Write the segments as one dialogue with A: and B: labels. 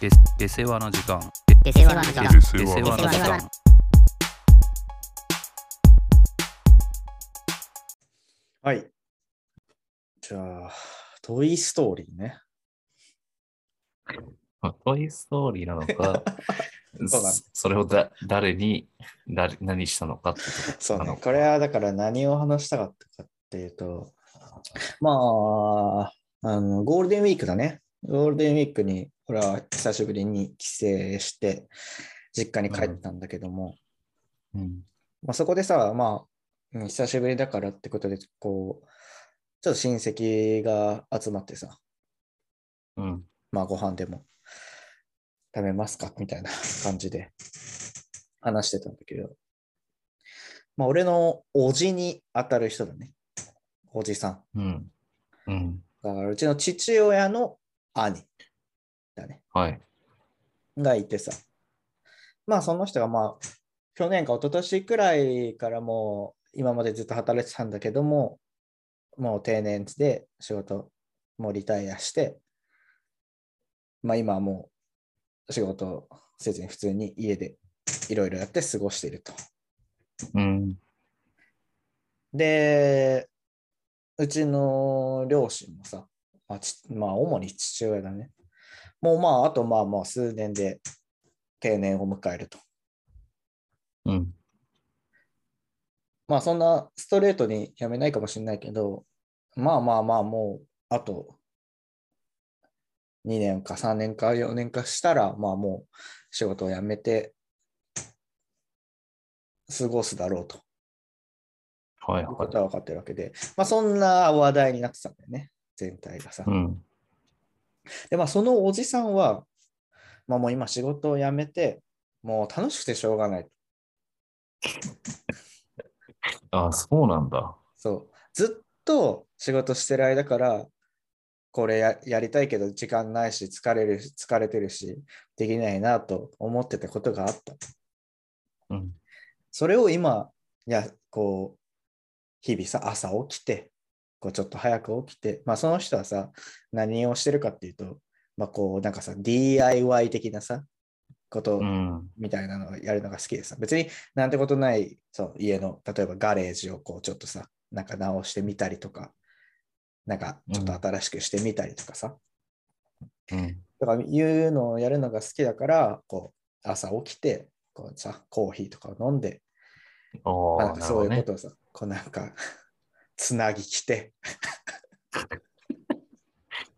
A: で出世話の時間
B: 出世話の時間
C: で
A: 出
C: 世
A: 世
C: 話
A: 話の時間
D: はい。じゃあ、トイ・ストーリーね。
C: まあトイストーリーなの か、
D: そうだね
C: そ それをだ誰に誰何したのかってこと
D: そう
C: なの
D: ね。
C: か
D: これはだから何を話したかったかっていうと、まあ、あのゴールデンウィークだね。ゴールデンウィークに、俺は久しぶりに帰省して、実家に帰ったんだけども、
C: うん
D: まあ、そこでさ、まあ、うん久しぶりだからってことで、こう、ちょっと親戚が集まってさ、
C: うん。
D: まあ、ご飯でも食べますかみたいな感じで話してたんだけど、まあ、俺のおじに当たる人だね。おじさん。
C: うん。うん。
D: だから、うちの父親の兄だね。
C: はい。
D: がいてさ。まあ、その人がまあ、去年か一昨年くらいからもう、今までずっと働いてたんだけども、もう定年で仕事、もうリタイアして、まあ今はもう仕事せずに普通に家でいろいろやって過ごしていると。
C: うん。
D: で、うちの両親もさ、まあ、ちまあ、主に父親だね。もうまあ、あとまあまあ、数年で定年を迎えると。
C: うん。
D: まあ、そんなストレートに辞めないかもしれないけど、まあまあまあ、もう、あと2年か3年か4年かしたら、まあもう仕事を辞めて過ごすだろうと。
C: は
D: い
C: い
D: うこ
C: は
D: とは分かってるわけで、まあ、そんな話題になってたんだよね、全体がさ
C: い。う。ん。
D: で、まあ、そのおじさんは、まあ、もう今仕事を辞めて、もう楽しくてしょうがない。
C: あそうなんだ。
D: そう。ずっと仕事してる間から、これややりたいけど時間ないし、疲れるし、疲れてるし、できないなと思ってたことがあった。
C: うん。
D: それを今、いや、こう、日々さ、朝起きて、こうちょっと早く起きて、まあその人はさ、何をしてるかっていうと、まあこう、なんかさ、DIY 的なさ、こと
C: うん。
D: みたいなのをやるのが好きでさ、別になんてことない、そう、家の、例えばガレージをこう、ちょっとさ、なんか直してみたりとか、なんかちょっと新しくしてみたりとかさ、
C: うん。
D: だからいうのをやるのが好きだから、こう、朝起きて、こうさ、コーヒーとかを飲んで、
C: あ
D: まあな
C: あ、
D: んか
C: なる
D: そう
C: ほ
D: いうこ
C: どね。
D: とをさ、こうなんか、 つなぎきて、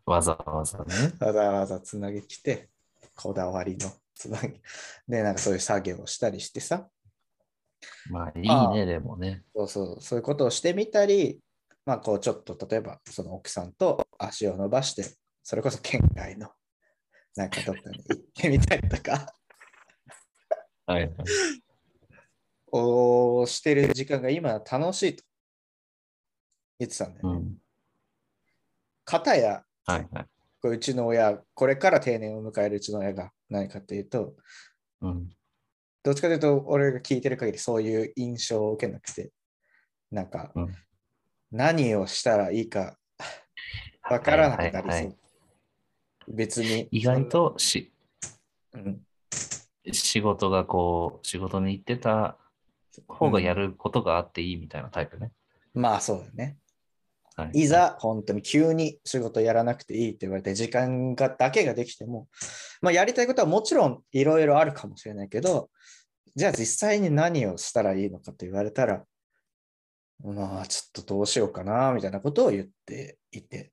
C: わざわざね。
D: わざわざつなぎきて、こだわりのつなぎ。で、なんかそういう作業をしたりしてさ、
C: まあい
D: あ
C: い
D: あ
C: ね、でもね。
D: そうそう、そういうことをしてみたり、まあこうちょっと例えばその奥さんと足を伸ばして、それこそ県外の、なんかどっかに行ってみたりとか、
C: はいはい。
D: をしてる時間が今楽しいと言ってたんだよ
C: う
D: ね。
C: ん。
D: かたや
C: はいはい。
D: こううちの親、これから定年を迎えるうちの親が何かっていうと、
C: うん。
D: どっちかというと、俺が聞いてる限りそういう印象を受けなくて、なんか
C: うん、
D: 何をしたらいいかわからなくな
C: はい
D: り
C: はい
D: そ
C: は
D: う。別に。
C: 意外とし
D: うん。
C: 仕事がこう、仕事に行ってた方がやることがあっていいみたいなタイプね。
D: まあそうだね。
C: はい
D: いざ、本当に急に仕事やらなくていいって言われて、時間がだけができても、まあやりたいことはもちろんいろいろあるかもしれないけど、じゃあ実際に何をしたらいいのかと言われたら、まあちょっとどうしようかな、みたいなことを言っていて。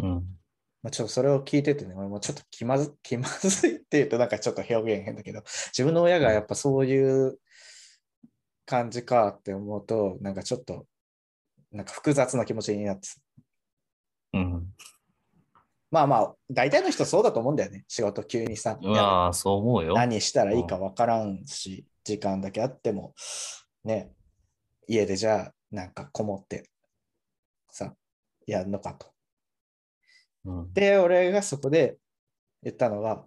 C: うん。
D: まあ、ちょっとそれを聞いててね、俺もちょっと気まず 気まずいっていうとなんかちょっと表現変だけど、自分の親がやっぱそういう感じかって思うと、なんかちょっと、なんか複雑な気持ちになってさ
C: うん。
D: まあまあ、大体の人そうだと思うんだよね、仕事急にさ。
C: まあ、そう思うよ。
D: 何したらいいかわからんし、時間だけあっても、ね、家でじゃあなんかこもってさ、やるのかと。
C: うん、
D: で、俺がそこで言ったのが、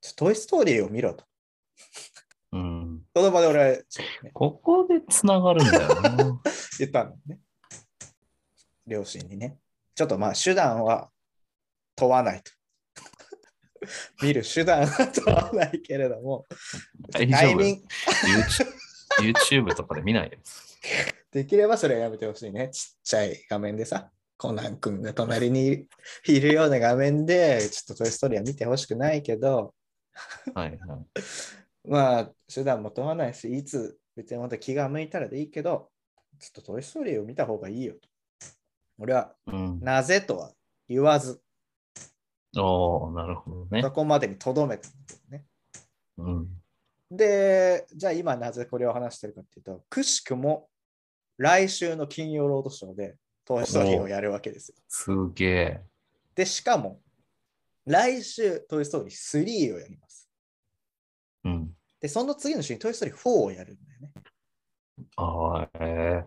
D: ちょトイ・ストーリーを見ろと。
C: うん。
D: その場で俺、そうね、
C: ここでつながるん だよな。
D: 言ったのね。両親にね。ちょっとまあ手段は問わないと。 見る手段は問わないけれども、
C: 大
D: タ
C: 丈
D: イ
C: 夫
D: ミング
C: YouTube, YouTube とかで見ないよ。
D: できればそれはやめてほしいね。ちっちゃい画面でさ、コナン君が隣にいるような画面で、ちょっとトイ・ストーリーは見てほしくないけど、
C: はいはい。
D: まあ、手段も問わないし、いつ別にまた気が向いたらでいいけど、ちょっとトイ・ストーリーを見た方がいいよと。俺は、
C: うん、
D: なぜとは言わず、
C: おおなるほどね
D: そ。こまでにとどめたんだよね。
C: うん、
D: で、じゃあ今なぜこれを話してるかっていうと、くしくも来週の金曜ロードショーで、トイ・ストーリーをやるわけですよ。
C: すげえ。
D: で、しかも、来週、トイ・ストーリー3をやります。
C: うん。
D: で、その次の週にトイ・ストーリー4をやるんだよね。
C: ああ、え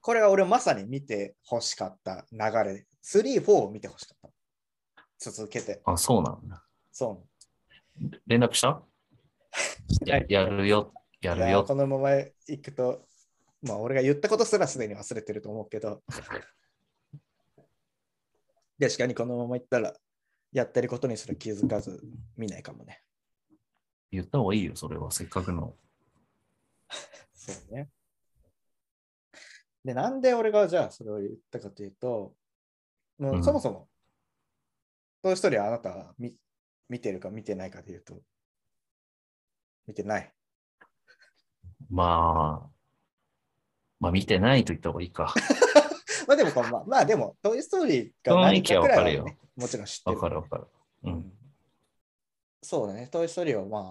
D: これは俺まさに見て欲しかった流れで、3、4を見て欲しかった。続けて。
C: ー、あ、そうなんだ。
D: そ
C: 連 絡したややるよ、や
D: う。い
C: る
D: や
C: よ。
D: このまま行くと、まあ俺が言ったことすらすでに忘れてると思うけど、 確かにこのまま行ったら、やってることにすら気づかず見ないかもね。
C: 言った方がいいよ、それは。せっかくの。
D: そうね。で、なんで俺がじゃあそれを言ったかというと、もううんそもそも、トイ・ストーリーはあなたは見見てるか見てないかで言うと、見てない。
C: まあ、まあ見てないと言った方がいいか。
D: まあでもこう、まあ、まあでも、トイ・ストーリーが
C: 雰
D: 何
C: 囲気は
D: かく
C: わ
D: らい
C: か
D: は、
C: る
D: ね
C: よ、
D: もちろん知って
C: わ
D: る。
C: かるわかる。う。
D: うんんそうだね、トイ・ストーリーはまあ、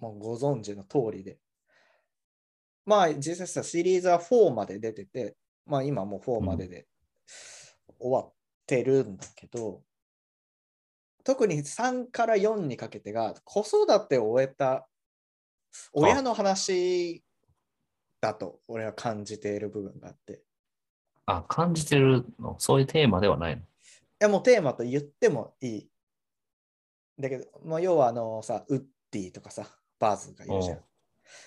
D: もうご存知の通りで。まあ、実際さ、シリーズは4まで出てて、まあ今もう4までで終わってるんだけど、特に3から4にかけてが子育てを終えた親の話だと俺は感じている部分があって。い
C: あ、感じてるの。そういうテーマではないの。
D: やもうテーマと言ってもいい。だけど、まあ、要はあのさ、ウッディとかさ、バーズがいるじゃん。
C: お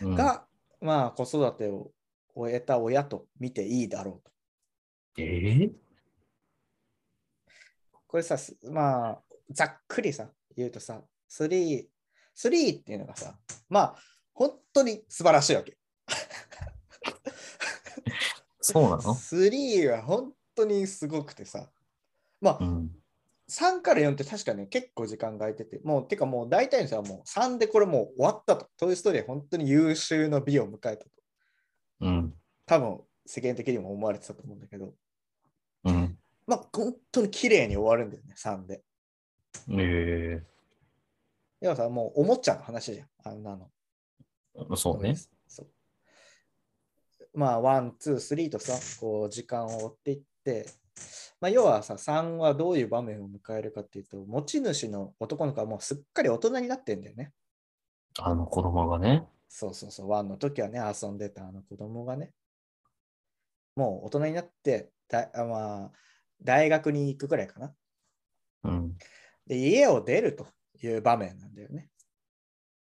C: ううん、
D: が、まあ子育てを終えた親と見ていいだろうと。
C: えー
D: これさ、すまあ、ざっくりさ、言うとさ、3、3っていうのがさ、まあ、本当に素晴らしいわけ。
C: そうなの
D: 3は本当にすごくてさ、ま
C: う
D: あ、
C: ん。
D: 3から4って確かね、結構時間が空いてて、もう、てかもう大体の人はもう3でこれもう終わったと。トイ・ストーリーは本当に優秀の美を迎えたと。
C: うん。
D: 多分、世間的にも思われてたと思うんだけど、
C: うん。
D: まあ、本当に綺麗に終わるんだよね、3で。
C: え
D: 要はさ、もうおもちゃの話じゃん、あんなの。
C: ー、そうね。
D: そうまあ、ワン、ツー、スリーとさ、こう、時間を追っていって、まあ、要はさ、3はどういう場面を迎えるかっていうと、持ち主の男の子はもうすっかり大人になってんだよね。
C: あの子供がね。
D: そうそうそう、ワンの時はね、遊んでたあの子供がね、もう大人になって、だあまあ、大学に行くくらいかな。
C: うん。
D: で、家を出るという場面なんだよね。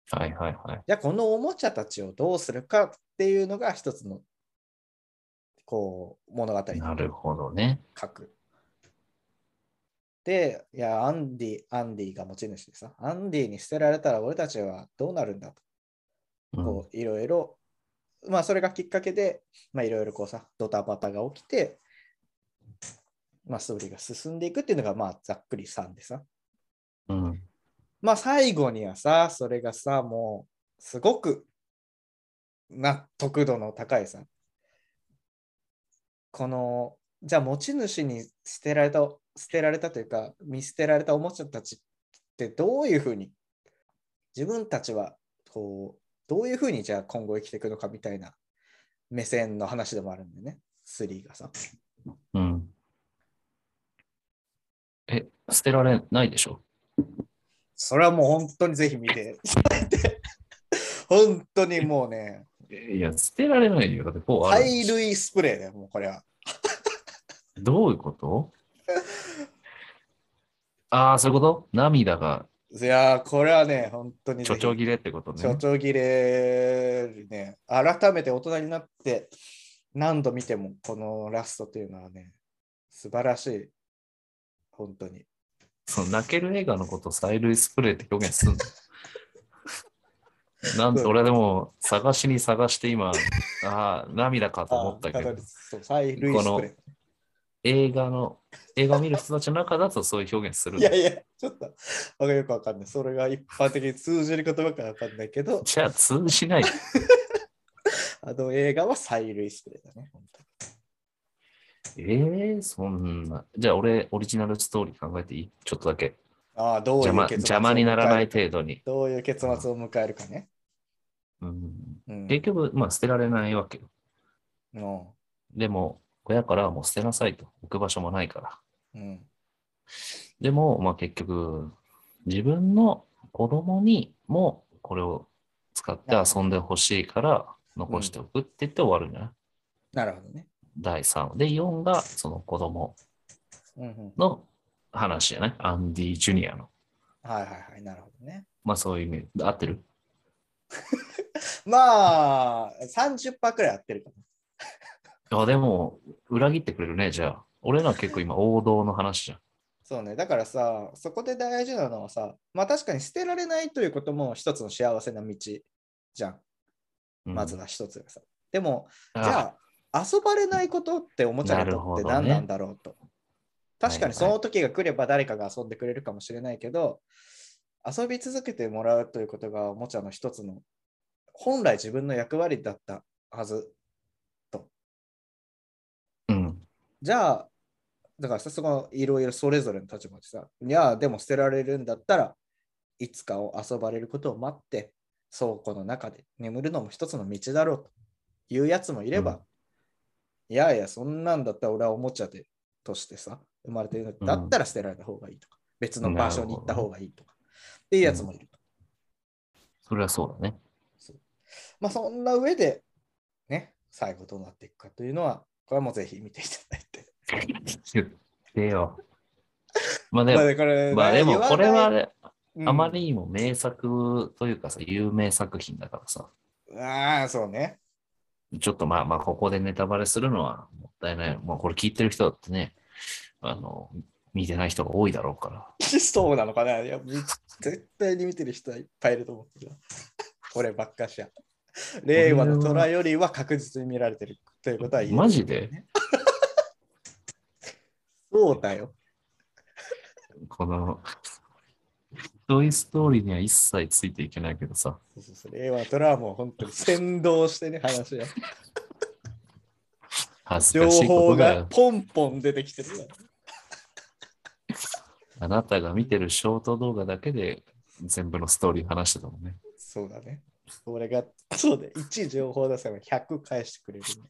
C: はいはいはい。
D: じゃあこのおもちゃたちをどうするかっていうのが一つのこう物語
C: な
D: の
C: るほどね。
D: 核。で、いや、アンディ、アンディが持ち主でさ、アンディに捨てられたら俺たちはどうなるんだ
C: う
D: と、
C: ん、
D: こういろいろ、まあそれがきっかけで、まあいろいろこうさ、ドタバタが起きて、まあストーリーが進んでいくっていうのが、まあざっくり3でさ。
C: うん。
D: まあ最後にはさ、それがさ、もうすごく納得度の高いさ、この、じゃあ持ち主に捨てられた、捨てられたというか、見捨てられたおもちゃたちってどういうふうに、自分たちはこう、どういうふうにじゃあ今後生きていくのかみたいな目線の話でもあるんだよね、3がさ。
C: うん。え、捨てられないでしょ
D: それはもう本当にぜひ見ていただいて、本当にもうね、
C: いや、捨てられないよ。だって、こうある
D: 催涙スプレーだよ、もうこれは。
C: どういうこと ああ、そういうこと涙が
D: いやー、これはね、本当に
C: ちょ
D: ぜ
C: ちょ
D: ひ。
C: 切れってこと
D: ちょ
C: ね。
D: ちょ切れるね。改めて大人になって、何度見てもこのラストというのはね、素晴らしい。本当に。
C: その泣ける映画のことを催涙スプレーって表現す るのなんて俺でも探しに探して今、ああ、涙かと思ったけ
D: あた
C: ど
D: だ、そう催涙スプレ
C: 映画の、映画を見る人たちの中だとそういう表現する
D: ー。いやいや、ちょっとわかよくわかんない。それが一般的に通じる言葉かわかんないけど、
C: じゃあ通じない。
D: あの映画は催涙スプレーだね。本当
C: ええそんな。じゃあ俺、オリジナルストーリー考えていいちょっとだけ。
D: ああ、どういう
C: 邪魔
D: 結末を迎える
C: 邪魔にならない程度に。
D: どういう結末を迎えるかね。
C: うん、
D: うん。
C: 結局、まあ捨てられないわけよ。
D: の
C: でも、親からはもう捨てなさいと。置く場所もないから。
D: うん。
C: でも、まあ結局、自分の子供にもこれを使って遊んでほしいから残しておくって言って終わるんじゃない、
D: なるほどね。
C: 第3話。で、4がその子供
D: うんうん。
C: の話じゃないアンディ・ジュニアの。
D: はいはいはい。なるほどね。
C: まあそういう意味で合ってる
D: まあ、30%くらい合ってるか
C: あ、でも、裏切ってくれるね、じゃあ。俺らは結構 今王道の話じゃん。
D: そうね、だからさ、そこで大事なのはさ、まあ確かに捨てられないということも一つの幸せな道じゃん、
C: うん
D: まずは一つがさ。でも、
C: あ
D: じゃあ、遊ばれないことっておもちゃにとって
C: なるほど
D: 何
C: ね
D: なんだろうと。確かに
C: はい
D: そ
C: はい
D: の時が来れば誰かが遊んでくれるかもしれないけど、遊び続けてもらうということがおもちゃの一つの本来自分の役割だったはず
C: うん。
D: じゃあ、だからさ、そこいろいろそれぞれの立場でさ、いや、でも捨てられるんだったらいつかを遊ばれることを待って、倉庫の中で眠るのも一つの道だろうというやつもいれば、
C: うん
D: いやいや、そんなんだったら俺はおもちゃでとしてさ、生まれてるんだったら捨てられた方がいいとか、別の場所に行った方がいいとか、っていうやつもいると。
C: それはそうだね。
D: まあ、そんな上で、ね、最後どうなっていくかというのは、これはもうぜひ見ていただいて。
C: 言ってよ。まあで
D: まあ
C: も、
D: ねこれ
C: まあでもこれは、ね、
D: 言わない
C: あま
D: うん
C: りにも名作というかさ、有名作品だからさ、
D: ああ、そうね。
C: ちょっとまあまあ、ここでネタバレするのはもったいない。まあこれ聞いてる人だってね、あの、見てない人が多いだろうから。
D: そうなのかないや、み絶対に見てる人はいっぱいいると思うけど。俺ばっかしや。令和の虎よりは確実に見られてるということは言える
C: マジで
D: そうだよ。
C: この、そういうストーリーには一切ついていけないけどさ、
D: そうそうそう令和の虎はもう本当に先導してね、話 が。
C: 恥ず
D: 情
C: かしいこ
D: 報
C: とだ
D: が
C: よ。
D: ポンポン出てきてるよ。
C: あなたが見てるショート動画だけで全部のストーリー話してたもんね。
D: そうだね。俺が、そうだ、1情報出せば100返してくれるね、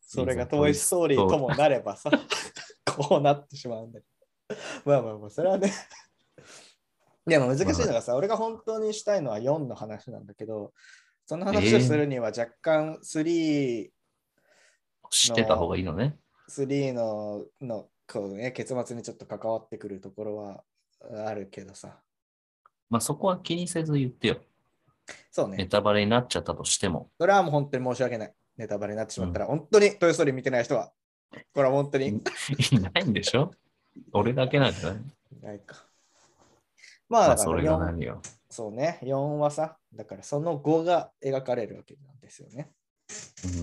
D: それがトイ・ストーリーともなればさ、 こうなってしまうんだけど。まあまあまあ、それはね。でも難しいのがさ、俺が本当にしたいのは4の話なんだけど、その話をするには若干3、
C: 知ってた方がいいのね。
D: 3ののこう、ね、結末にちょっと関わってくるところはあるけどさ。
C: まあそこは気にせず言ってよ。
D: そう
C: ネ
D: ね。
C: タバレになっちゃったとしても。
D: それはもう本当に申し訳ない。ネタバレになってしまったら、本当にトイ・ストーリー見てない人は、これは本当に
C: いないんでしょ俺だけなんじゃない
D: ないか。まあ
C: ま
D: だ
C: あ
D: か
C: そ
D: ら
C: れ
D: 4、
C: が何よ。
D: そうね、4はさ、だからその5が描かれるわけなんですよね。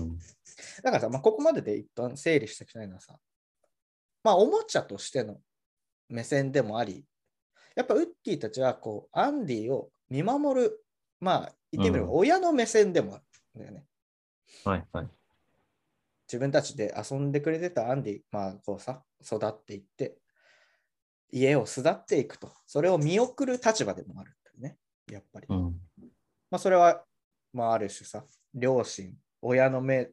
C: うん
D: だからさ、まあ、ここまでで一旦整理していきたいのはさ、まあおもちゃとしての目線でもあり、やっぱウッディたちはこう、アンディを見守る、まあ言ってみれば
C: う
D: 親の目線でもあるんだよね。
C: はいはい。
D: 自分たちで遊んでくれてたアンディ、まあこうさ、育っていって、家を巣立っていくと、それを見送る立場でもあるんだよね、やっぱり。
C: うん。
D: まあそれは、まあある種さ、両親、親の目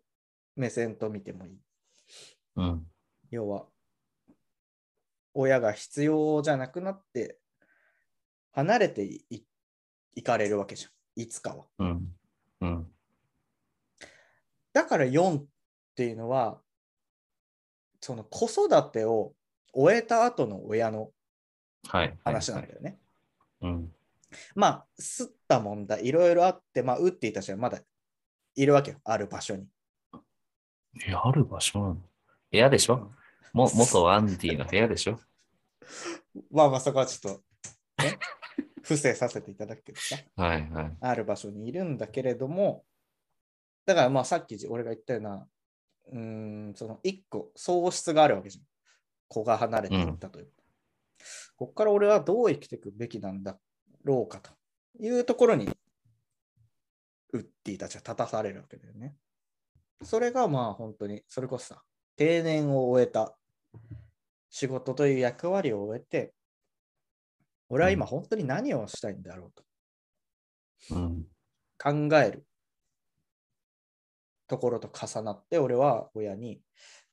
D: 目線と見てもいい。
C: うん。
D: 要は、親が必要じゃなくなって、離れていいいかれるわけじゃん、いつかは。
C: うん。うん。
D: だから4っていうのは、その子育てを終えた後の親の
C: はいはい。
D: 話なん
C: はい
D: だよね。
C: うん。
D: まあ、すった問題、いろいろあって、まあ、ウッディたちはまだいるわけよ、ある場所に。
C: え、ある場所なの部屋でしょも元アンディの部屋でしょ
D: まあまあそこはちょっと、ね、伏せさせていただくけどさ、
C: はいはい。
D: ある場所にいるんだけれども、だからまあさっき俺が言ったような、うーん、その一個喪失があるわけじゃん。子が離れていったという。ここから俺はどう生きていくべきなんだろうかというところに、ウッディたちは立たされるわけだよね。それがまあ本当に、それこそさ、定年を終えた仕事という役割を終えて、俺は今本当に何をしたいんだろうと
C: うん。
D: 考えるところと重なって、俺は親に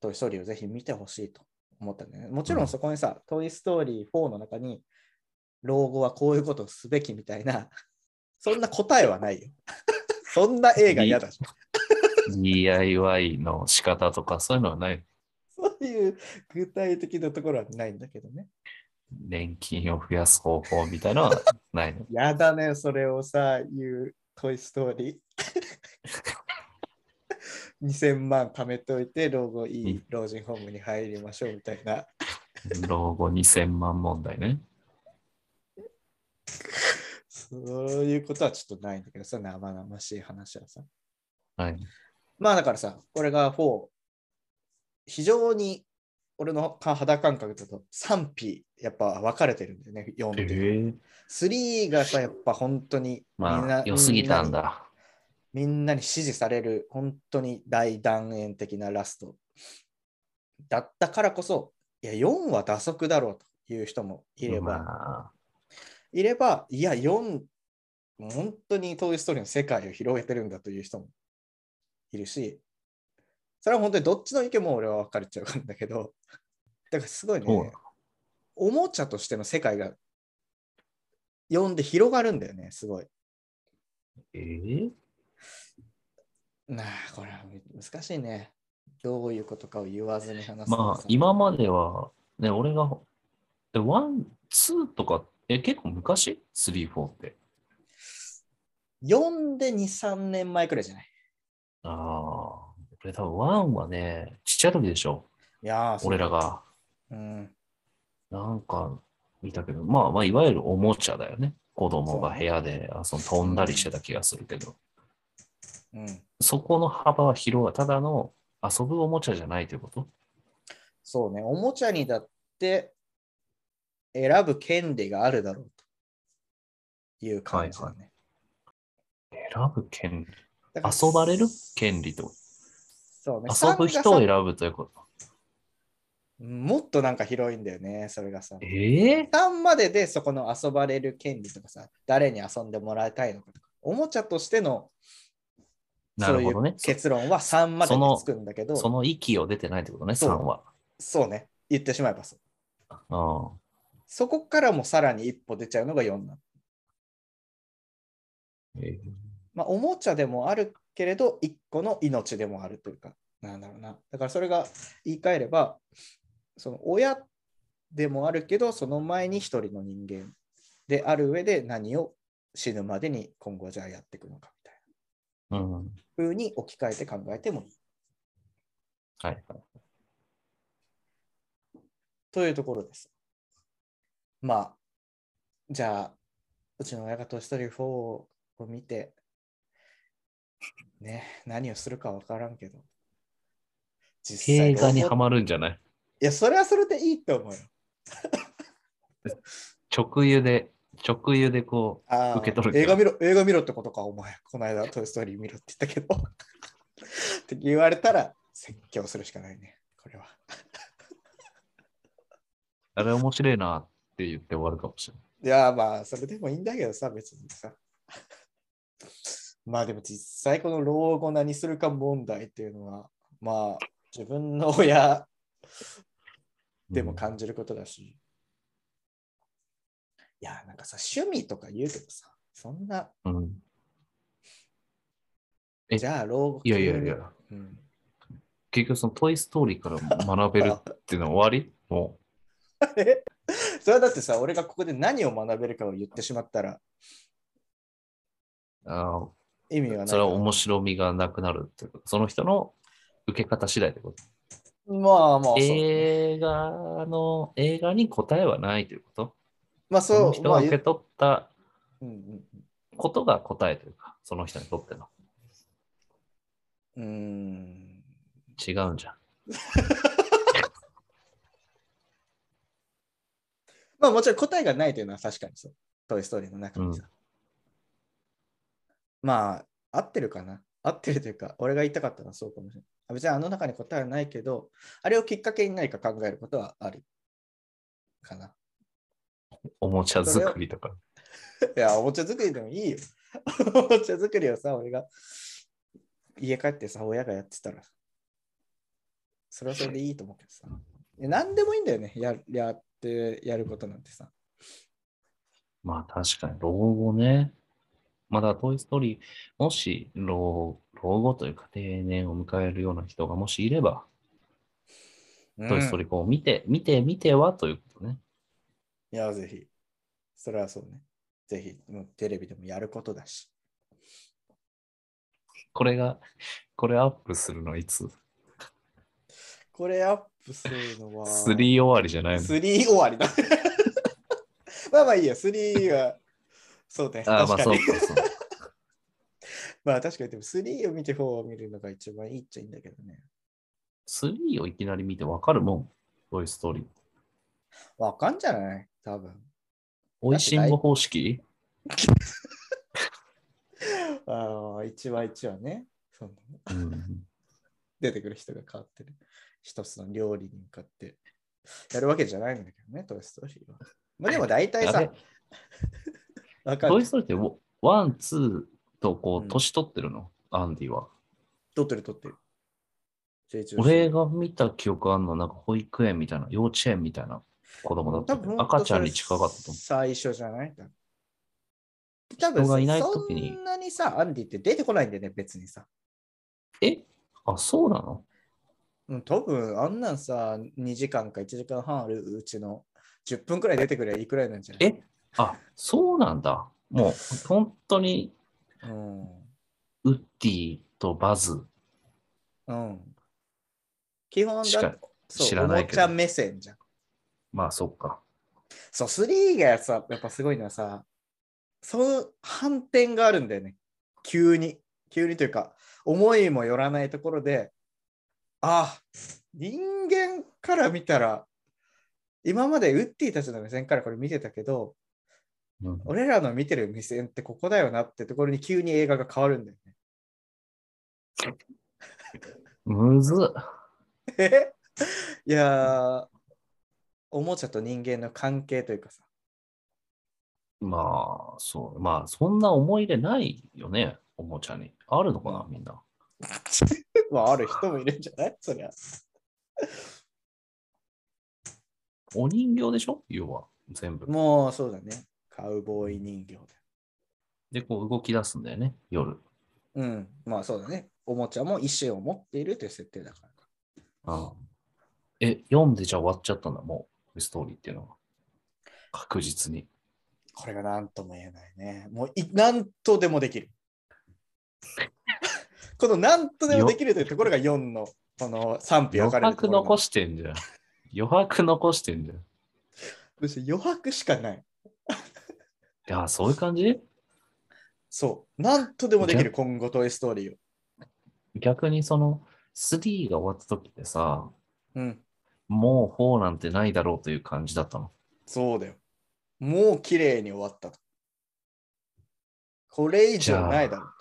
D: トイ・ストーリーをぜひ見てほしいと思ったんだよね。もちろんそこにさ、トイ・ストーリー4の中に、老後はこういうことをすべきみたいな、 そんな答えはないよ。 そんな映画嫌だし。
C: DIY の仕方とかそういうのはない。
D: そういう具体的なところはないんだけどね。
C: 年金を増やす方法みたいなのはない の。
D: やだね、それをさ、言う、トイ・ストーリー。2000万貯めておいて、老後いい老人ホームに入りましょうみたいな。
C: 老後2000万問題ね。
D: そういうことはちょっとないんだけどさ、生々しい話はさ。
C: はい。
D: まあだからさ、これが4、非常に俺のか肌感覚だと賛否、やっぱ分かれてるんだよね、4
C: え
D: で。3がさ、やっぱ本当にみん
C: ま
D: な
C: あ、良すぎたん
D: みなに
C: だ。
D: みんなに支持される本当に大断円的なラストだったからこそ、いや、4は打足だろうという人もいれば、
C: まあ、
D: いれば、いや、4、本当にトイ・ストーリーの世界を広げてるんだという人もいるし、それは本当にどっちの意見も俺は分かれちゃうんだけど、だからすごい
C: そうな
D: ね
C: の、
D: おもちゃとしての世界が4で広がるんだよね、すごい。
C: えー
D: なあ、これは難しいね。どういうことかを言わずに話すの
C: ま
D: さ
C: あ、今までは、ね、俺が、え、ワン、ツーとか、え、結構昔 ?3、4って。
D: 4で2、3年前くらいじゃない。
C: ああ、俺多分ワンはね、ちっちゃい時でしょ。
D: いやー、そう
C: 俺らが。
D: うん、
C: なんか見たけど、まあまあ、いわゆるおもちゃだよね。子供が部屋であその飛んだりしてた気がするけど、
D: うん、
C: そこの幅は広が、ただの遊ぶおもちゃじゃないということ
D: そうね、おもちゃにだって選ぶ権利があるだろうという感じだね。
C: 選ぶ権利。
D: だから
C: 遊ばれる権利ってこ
D: そうね、
C: と。遊ぶ人を
D: 3
C: 選
D: が
C: ぶということ。
D: さもっとなんか広いんだよね、それがさ。
C: ええ
D: 3まででそこの遊ばれる権利とかさ、誰に遊んでもらいたいのかとか、おもちゃとしての
C: なるほどね。
D: そういう結論は3まで
C: そ
D: に
C: の
D: つくんだけど、
C: その域を出てないってことね、
D: そう
C: 3は。
D: そうね、言ってしまえばそう。
C: うん
D: そこからもさらに一歩出ちゃうのが4なの。
C: え
D: まあ、おもちゃでもあるけれど、一個の命でもあるというか、なんだろうな。だからそれが言い換えれば、その親でもあるけど、その前に一人の人間である上で何を死ぬまでに今後じゃあやっていくのかみたい
C: ーうん。はい
D: な風に置き換えて考えてもいい。
C: はい。
D: というところです。まあ、じゃあ、うちの親がトイ・ストーリー4を見て、ね、何をするかわからんけど、実
C: 映
D: どう
C: 画に
D: 思う
C: はまるんじゃない
D: いや、それはそれでいいと思うよ。
C: 直湯で、直湯でこ
D: あー
C: 受け取るけど
D: 映画見ろ、映画見ろってことか、お前。この間、トイ・ストーリー見ろって言ったけど。 って言われたら、説教するしかないね、これは。
C: う、あれ面白いなって言って終わるかもしれない。
D: いやーまあそれでもいいんだけどさ別にさまあでも実際この老後何するか問題っていうのはまあ自分の親でも感じることだし、いやーなんかさ趣味とか言うけどさそんな
C: うん、うん。え
D: じゃあ老後
C: いやいやいや、
D: うん
C: 結局そのトイ・ストーリーから学べるっていうのは終わりも
D: それはだってさ俺がここで何を学べるかを言ってしまったら
C: う、あの
D: 意味はない
C: それは面
D: い
C: 白みがなくなるっていうこと。その人の受け方次第ってこと。
D: まあまあ、そう
C: 映画の、映画に答えはないということ
D: まあ
C: そ
D: そ
C: の
D: う、
C: 人
D: ま
C: が
D: あ
C: 受け取った
D: うんうん
C: ことが答えというか、その人にとっての。
D: うーん。
C: 違うんじゃん。
D: まあもちろん答えがないというのは確かにそう。トイ・ストーリーの中にさ。まあ、合ってるかな。合ってるというか、俺が言いたかったのはそうかもしれないあ。別にあの中に答えはないけど、あれをきっかけに何か考えることはあり。かな。
C: おもちゃ作りとか。
D: いや、おもちゃ作りでもいいよ。 おもちゃ作りをさ、俺が家帰ってさ、親がやってたら、それはそれでいいと思うけどさ。いや何でもいいんだよね、ややってやることなんてさ。
C: まあ確かに、老後ね。まだトイ・ストーリー、もし老老後というか定年を迎えるような人がもしいれば、トイ・ストーリー4を見て、見て、見てはということね。
D: いや、ぜひ。それはそうね。ぜひ、もうテレビでもやることだし。
C: これが、これアップするのいつ
D: これアップするのは。
C: ?3 終わりじゃないの
D: スリー終わりだ。 まあまあいいや、3は。そうね。
C: ああ、
D: 確
C: まあ
D: か
C: そう
D: に。
C: かそう。
D: まあ確かに、でも3を見て4を見るのが一番いいっちゃいいんだけどね。
C: 3をいきなり見てわかるもん、トイ・ストーリー。
D: わかんじゃない多分。
C: おいしんぼ方式
D: ああ、一話一話ね。その
C: うん。
D: 出てくる人が変わってる。一つの料理に向かってやるわけじゃないんだけどね、トイストーリーは。まあでも大体
C: あれ
D: さ、わか
C: ト
D: る
C: イ・
D: じ
C: ストーリーって、ワン、ツーとこ
D: う
C: う、
D: ん
C: 年取ってるの、アンディ
D: ゃ
C: は。
D: ん。撮ってる撮ってる。成長して
C: 俺
D: る
C: が見た記憶あるのは、なんか保育園みたいな、幼稚園みたいな子供だったけど。
D: 多分
C: 赤ちゃんに近かったと思
D: 最初じゃない多分で多分
C: 人がいない
D: さ
C: 時に
D: そんなにさ、アンディって出てこないんだよね、別にさ。
C: う。えあ、そうなの
D: うん、多分あんなんさ、2時間か1時間半あるうちの10分くらい出てくればいいくらいなんじゃない
C: えあ、そうなんだ。もう、本当に、
D: うん。
C: ウッディとバズ
D: うん。基本
C: し
D: だ
C: か
D: って、そう
C: 知らないけど
D: おもちゃ目線じゃん。
C: まあ、そっか。
D: そう、3がさ、やっぱすごいのはさ、その反転があるんだよね。急に。急にというか、思いもよらないところで、あ、人間から見たら、今までウッディたちの目線からこれ見てたけど、
C: うん
D: 俺らの見てる目線ってここだよなってところに急に映画が変わるんだよね。
C: むずっ。
D: えいやー、おもちゃと人間の関係というかさ、
C: まあ、そう。まあ、そんな思い入れないよね、おもちゃに。あるのかな、みんな。
D: まあ、ある人もいるんじゃないそりゃ。
C: お人形でしょ要は、全部。
D: もうそうだね。カウボーイ人形だ。
C: で、こう動き出すんだよね、夜。
D: うん。まあそうだね。おもちゃも意思を持っているという設定だから。
C: あえ、読んでじゃあ終わっちゃったんだ、もう、ストーリーっていうのは。確実に。
D: これが何とも言えないね。もうい何とでもできる。 この何とでもできるというところが4のこの賛否分
C: 余
D: かれると
C: 白
D: ころ
C: 残
D: の。
C: してんじゃん。余白残してんじゃん。い
D: むしろ余白しかない。
C: や、そういう感じ
D: そう。何とでもでき
C: じ
D: る今後トイ・ストーリーを。
C: 逆にその、3が終わった時ってさ、
D: うん。
C: もう4なんてないだろうという感じだったの。
D: そうだよ。もう綺麗に終わったと。これ以上ないだろう。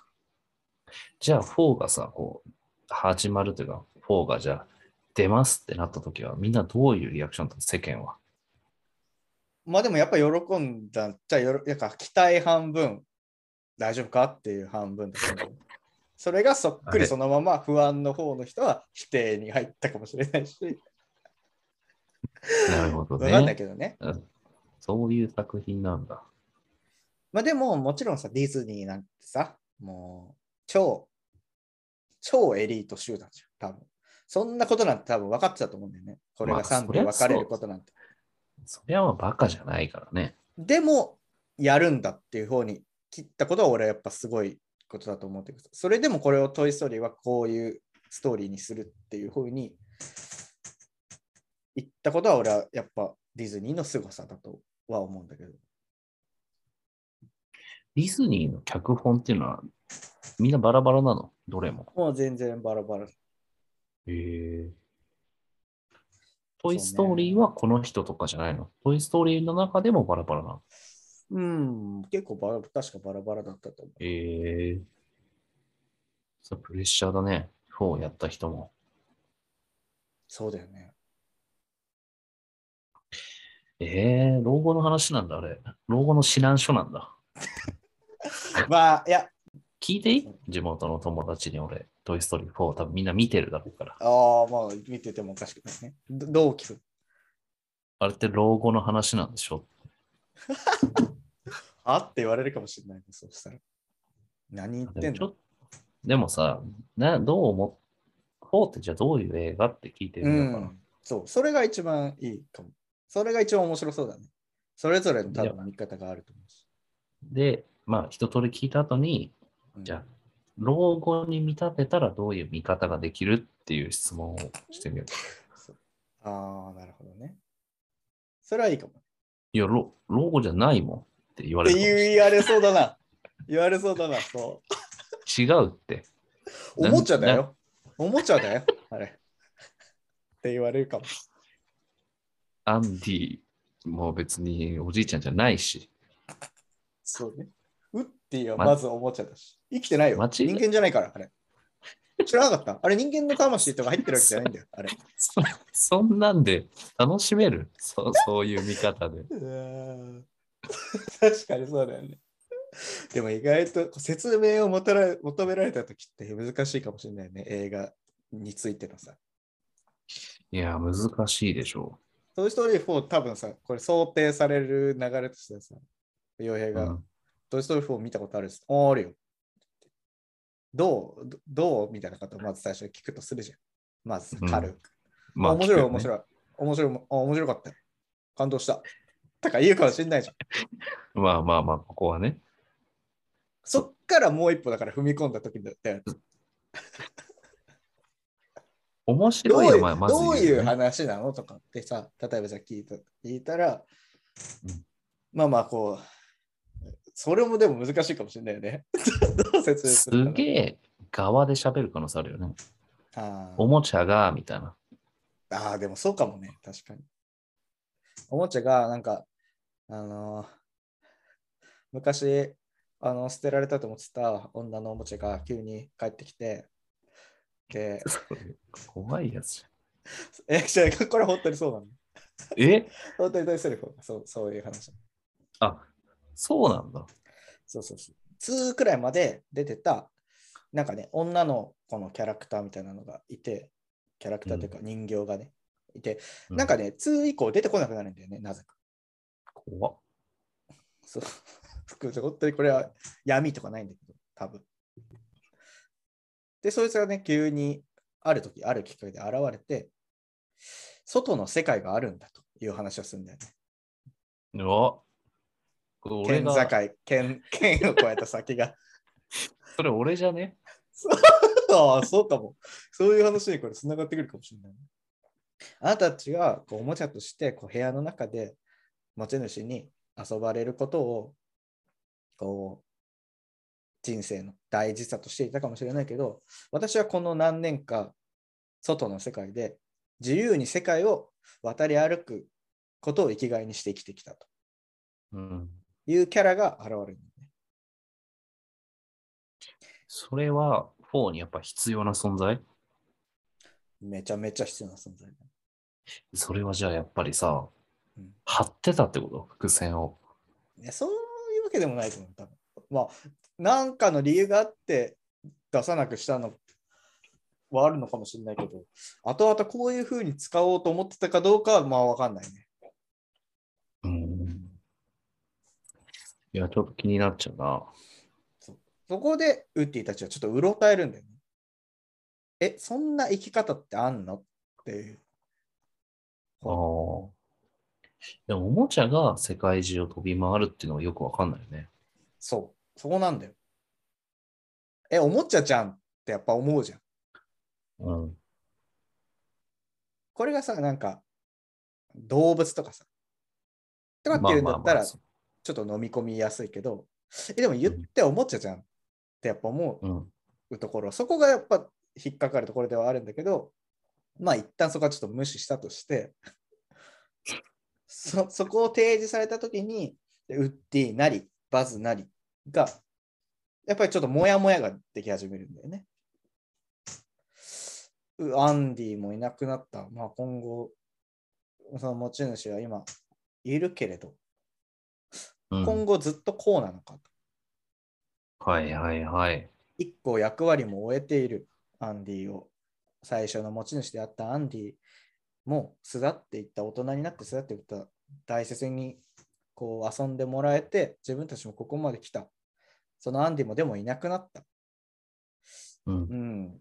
C: じゃあ4がさ、こう、始まるというか、4がじゃあ出ますってなった時は、みんなどういうリアクションだったの世間は。
D: まあでもやっぱ喜んだ、じゃあよろ、なんか期待半分、大丈夫かっていう半分だけど、それがそっく
C: あれ
D: りそのまま不安の方の人は否定に入ったかもしれないし、
C: なるほど
D: わかんない
C: ね。
D: けどね。
C: そういう作品なんだ。
D: まあでももちろんさ、ディズニーなんてさ、もう超、超エリート集団じゃん、多分。そんなことなんて多分分かってたと思うんだよね。これ
C: まあ
D: が賛否
C: そりゃ
D: 分かれ
C: そ
D: る
C: う
D: ことなんて。
C: そりゃまあバカじゃないからね。
D: でも、やるんだっていう方に切ったことは俺はやっぱすごいことだと思ってる。それでもこれをトイ・ストーリーはこういうストーリーにするっていう風にったことは俺はやっぱディズニーの凄さだとは思うんだけど。
C: ディズニーの脚本っていうのは、みんなバラバラなのどれも。
D: もう全然バラバラ。
C: へえ。トイ・ストーリーはこの人とかじゃないの、トイ・ストーリーの中でもバラバラなの
D: うん、結構バラ、確かバラバラだったと思う。
C: へえ。それプレッシャーだね。4をやった人も。
D: そうだよね。
C: ええ老後の話なんだ、あれ。老後の指南書なんだ。
D: まあ、いや、
C: 聞いていい地元の友達に俺、トイ・ストーリー4多分みんな見てるだろうから。
D: ああ、まあ、見ててもおかしくないね。どどう聞く
C: あれって老後の話なんでしょ
D: あって言われるかもしれないね、そうしたら。何言って
C: で
D: ん
C: もちょ
D: の
C: っとでもさ、などう思っ、4ってじゃあどういう映画って聞いてる
D: うん
C: だから。
D: ん、そう、それが一番いいかも。それが一番面白そうだね。それぞれの多分見方があると思うし。
C: で、まあ一通り聞いた後に、
D: うん
C: じゃあ、老後に見立てたらどういう見方ができるっていう質問をしてみよう。
D: ああ、なるほどね。それはいいかも。
C: いや、老老後じゃないもんって言わ
D: っ
C: れ
D: て
C: るかもしれない
D: 言われそうだな。言われそうだな。そう。
C: 違うって。
D: おもちゃだよ。おもちゃだよ。あれ。って言われるかも。
C: アンディも別におじいちゃんじゃないし、
D: そうね。ウッディは
C: ま
D: まずおもちゃだし。生きてないよ。
C: 間違い
D: 人間じゃないから、あれ。知らなかった。あれ人間の魂とか入ってるわけじゃないんだよ。あれ。
C: そそんなんで楽しめるそそういう見方で。
D: うーん 確かにそうだよね。でも意外と説明を求め求められた時って難しいかもしれないね、映画についてのさ。
C: いや、難しいでしょ
D: トイ・ストーリー4多分さ、これ想定される流れとしてさ、洋平
C: う。
D: が、
C: うん
D: トイ・ストーリー4見たことあるし、おーあるよ。どうどどうみたいなことをまず最初に聞くとするじゃん。まず軽く。
C: まあ、
D: 面白い、
C: 聞くよね
D: 面白い。面白い、あ面白かったよ。感動した。 とか言うかもしれないじゃん。
C: まあまあまあ、ここはね。
D: そっからもう一歩だから踏み込んだ時だったよね。
C: 面
D: ど
C: 白
D: う
C: い
D: い
C: よ、
D: う
C: まあまず
D: どういう
C: よね
D: 話なのとかってさ、例えばじゃあ聞いた聞いたら、
C: うん
D: まあまあこう、それもでも難しいかもしれないよね。 どう説明す
C: す
D: る
C: げえ側で喋る可能性あるよね。
D: あ
C: おもちゃが、みたいな。
D: あー、でもそうかもね、確かに。おもちゃが、なんか、あのー昔、あの、捨てられたと思ってた女のおもちゃが急に帰ってきて、で、
C: 怖いやつじ
D: え、じゃあこれ本当にそうなの
C: ゃん。え
D: 本当に大セリフそう、そういう話。
C: あ、そうなんだ。
D: そうそうそう。2くらいまで出てた、なんかね、女の子のキャラクターみたいなのがいて、キャラクターというか人形がね、いて、なんか
C: う
D: ね、2以降出てこなくなるんだよね、なぜか。
C: 怖っ
D: そう。 含めて本当にこれは闇とかないんだけど、多分。で、そいつがね、急にある時、ある機会で現れて、外の世界があるんだという話をするんだよね。
C: うわこれ俺
D: 県境
C: が、、
D: 県、 県を越えた先が。
C: それ俺じゃね
D: ああ、そうかも。そういう話にこれ繋がってくるかもしれないね。あなたたちがこうおもちゃとしてこう部屋の中で持ち主に遊ばれることをこう人生の大事さとしていたかもしれないけど私はこの何年か外の世界で自由に世界を渡り歩くことを生きがいにして生きてきたと
C: うん。
D: いうキャラが現れるんだよね。
C: それは4にやっぱ必要な存在
D: めちゃめちゃ必要な存在だ。
C: それはじゃあやっぱりさ、
D: うん
C: 張ってたってこと伏線を。
D: いやそういうわけでもないと思う、多分まあ、なんかの理由があって出さなくしたのはあるのかもしれないけど、後々こういうふうに使おうと思ってたかどうかはまあわかんないね。
C: うん。いや、ちょっと気になっちゃうな。
D: そこでウッディたちはちょっとうろたえるんだよね。え、そんな生き方ってあんのっていう。
C: ああ。でも、おもちゃが世界中を飛び回るっていうのはよくわかんないよね。
D: そう、そこなんだよ。え、おもちゃじゃんってやっぱ思うじゃん。
C: うん。
D: これがさ、なんか、動物とかさ。とかっていうんだった
C: まあまあまあ
D: ら、
C: そ
D: ちょっと飲み込みやすいけど、えでも言って思っちゃうじゃんってやっぱ思
C: ううん。
D: うところ、そこがやっぱ引っかかるところではあるんだけど、まあ一旦そこはちょっと無視したとして、そそこを提示されたときに、ウッディなり、バズなりが、やっぱりちょっとモヤモヤができ始めるんだよね。うアンディもいなくなった。まあ今後、その持ち主は今いるけれど、
C: うん
D: 今後ずっとこうなのかと。
C: はいはいはい。
D: 一個役割も終えているアンディを最初の持ち主であったアンディも巣立っていった大人になって巣立っていった大切にこう遊んでもらえて自分たちもここまで来たそのアンディもでもいなくなった
C: うん
D: う。ん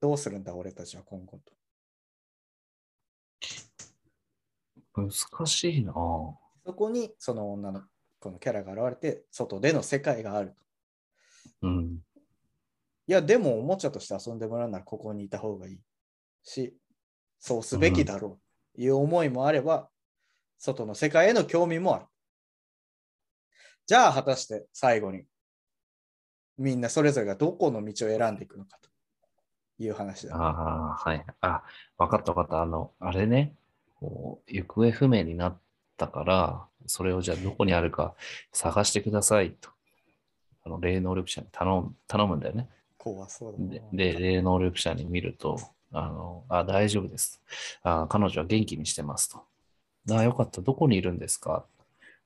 D: どうするんだ俺たちは今後と
C: 難しいなぁ。
D: そこにその女の子のキャラが現れて外での世界があると
C: うん。
D: いや、でもおもちゃとして遊んでもらうならここにいた方がいいし、そうすべきだろうという思いもあれば、外の世界への興味もある。じゃあ、果たして最後に、みんなそれぞれがどこの道を選んでいくのかという話だ。
C: ああ、はい。あ、わかったわかった。あの、あれね、こう、行方不明になったから、それをじゃあどこにあるか探してくださいと。あの、霊能力者に頼む、頼むんだよね。
D: 怖そうだ
C: で
D: な、。
C: で霊能力者に見ると、あの、あ、大丈夫です。あ、彼女は元気にしてますと。あ、よかった。どこにいるんですか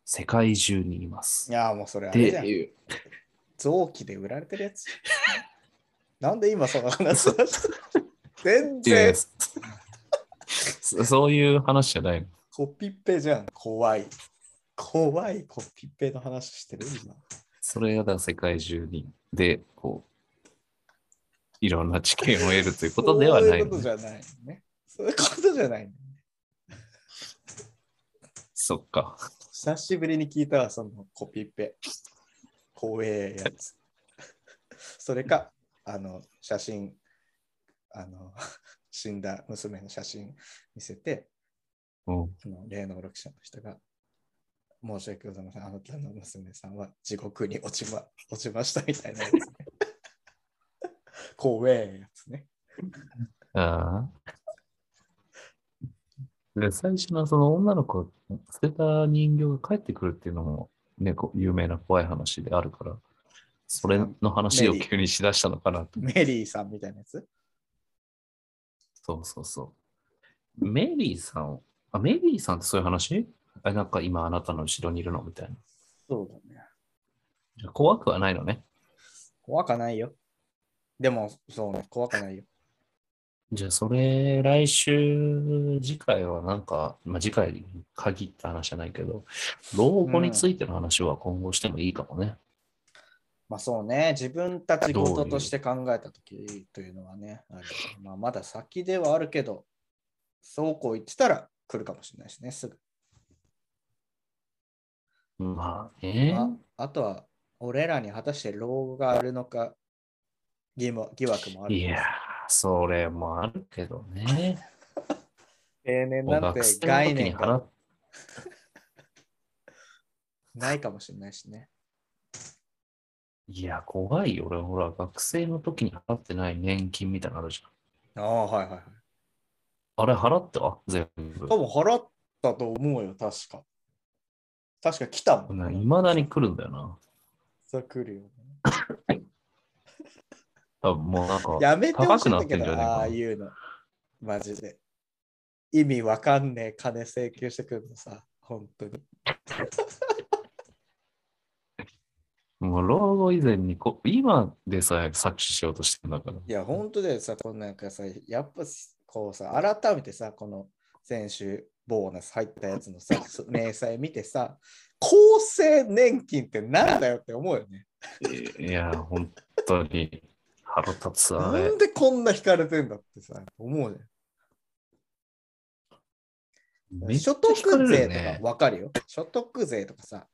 C: 世界中にいま
D: い
C: す。
D: や、もうそれあれじゃん。
C: で、
D: 臓器で売られてるや つ。なんで今その話をした全然
C: そそういう話じゃないの。
D: コピペじゃん。怖い。怖いコピペの話してる今。
C: それがだから世界中にでこういろんな知見を得るということではない
D: そういうこと
C: そ
D: じゃないね。そういうことじゃない、ね。
C: っか
D: 久しぶりに聞いたわ、そのコピペ。怖えやつ。それか、あの、写真、あの、 死んだ娘の写真見せて、
C: うん
D: あの霊能力者の人が、申し訳ございません。あなたの娘さんは地獄に落ちま 落ちましたみたいなやつね。 怖えやつね。
C: ああで最初のその女の子を捨てた人形が帰ってくるっていうのもねこう有名な怖い話であるからそれの話を
D: メリー
C: 急にしだしたのかなと
D: メリーさんみたいなやつ
C: そうそうそうメリーさんをあメリーさんってそういう話あなんか今あなたの後ろにいるのみたいな
D: そうだね。
C: じゃあ怖くはないのね
D: 怖かないよ。でも、そうね、怖かないよ。
C: じゃあ、それ、来週、次回はなんか、まあ、次回に限った話じゃないけど、老後についての話は今後してもいいかもね。
D: まあそうね、自分たちご
C: どう
D: と
C: いう
D: として考えたときというのはね、あるまあ、まだ先ではあるけど、そうこう言ってたら来るかもしれないしね、すぐ。
C: まあね、
D: ああとは、俺らに果たして老後があるのか疑問疑惑もある。
C: いやー、それもあるけどね。
D: 定年
C: も う
D: なんて
C: 学生の
D: 概
C: 時に
D: 念
C: 払
D: が
C: っ
D: ないかもしれないしね。
C: いや、怖いよ。俺、ほら、学生の時に払ってない年金みたいなのあるじ
D: ああ、はいはいはい。
C: ゃん。あれ、払った全部。
D: 多分払ったと思うよ、確か。確か来たもん、
C: いまだに来るんだよな。
D: それ来るよね。
C: 多分もうなんか、
D: やめてほしいん
C: 高く
D: だ
C: なって
D: け
C: んじゃ
D: ど、
C: ねえかな
D: ああいうの。マジで。意味わかんねえ金請求してくるのさ、本当に。
C: もう老後以前にこ、今でさえ搾取しようとしてるんだから。
D: いや、本当だよさ、こんなんかさ、やっぱこうさ、改めてさ、この先週ボーナス入ったやつのさ、そ明細見てさ、厚生年金ってなんだよって思うよね。
C: いや、本当に腹立つわ、あ
D: な
C: れ
D: ん。でこんな引かれてんだってさ、思うね。
C: めっちゃ
D: 所
C: 惹かれ
D: 得
C: る
D: 税と
C: よね
D: か。わかるよ。所得税とかさ、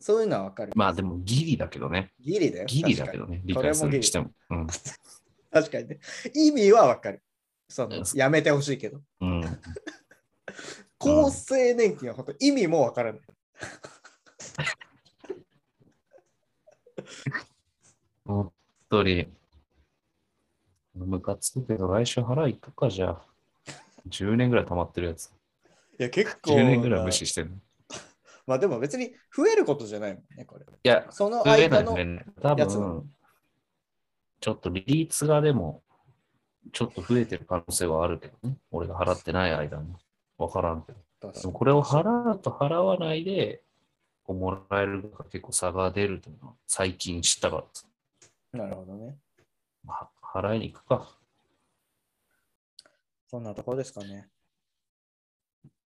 D: そういうのはわかる。
C: まあでもギリだけどね。
D: ギリだよ。
C: ギリだけ
D: ど
C: どね。理解するにしても。うん。
D: 確かにね。意味はわかる。その
C: うん
D: やめてほしいけど。
C: うん。
D: 厚生年金は本当意味もわからない。
C: 本当に。ムカつくけど、来週払い行くかじゃあ。10年ぐらい溜まってるやつ。
D: いや、結構。
C: 10年ぐらい無視してる。
D: まあでも別に増えることじゃないもんね、これ。
C: いや、
D: その
C: 増えな
D: 間
C: い増
D: の
C: えない。多
D: やつの
C: 分、ちょっと利率がでも、ちょっと増えてる可能性はあるけどね。俺が払ってない間に。わからんけど。でもこれを払うと払わないで、こうもらえるか結構差が出るというのは最近知ったからです。
D: なるほどね。
C: まあ払いに行くか。
D: そんなとこですかね。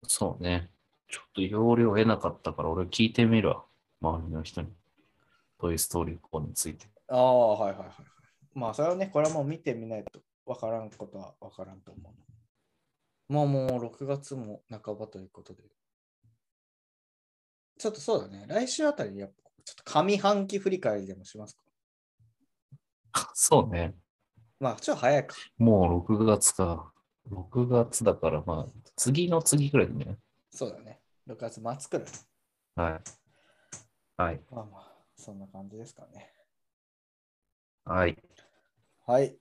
C: そうね。ちょっと要領得なかったから、俺聞いてみるわ。周りの人に。トイ・ストーリー4について。
D: ああ、はいはいはい。まあそれはね、これはもう見てみないとわからんことはわからんと思う。まあもう6月も半ばということで。ちょっとそうだね。来週あたりにやっぱちょっと上半期振り返りでもしますか。
C: そうね。
D: まあちょっと早いか。
C: もう6月か。6月だから、まあ、次の次くらいにね。
D: そうだね。6月末くらい。
C: はい。はい。
D: まあまあ、そんな感じですかね。
C: はい。
D: はい。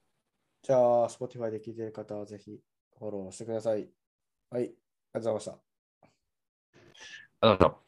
D: じゃあ、Spotify で聞いている方はぜひフォローしてください。はい。ありがとうございました。
C: ありがとうございました。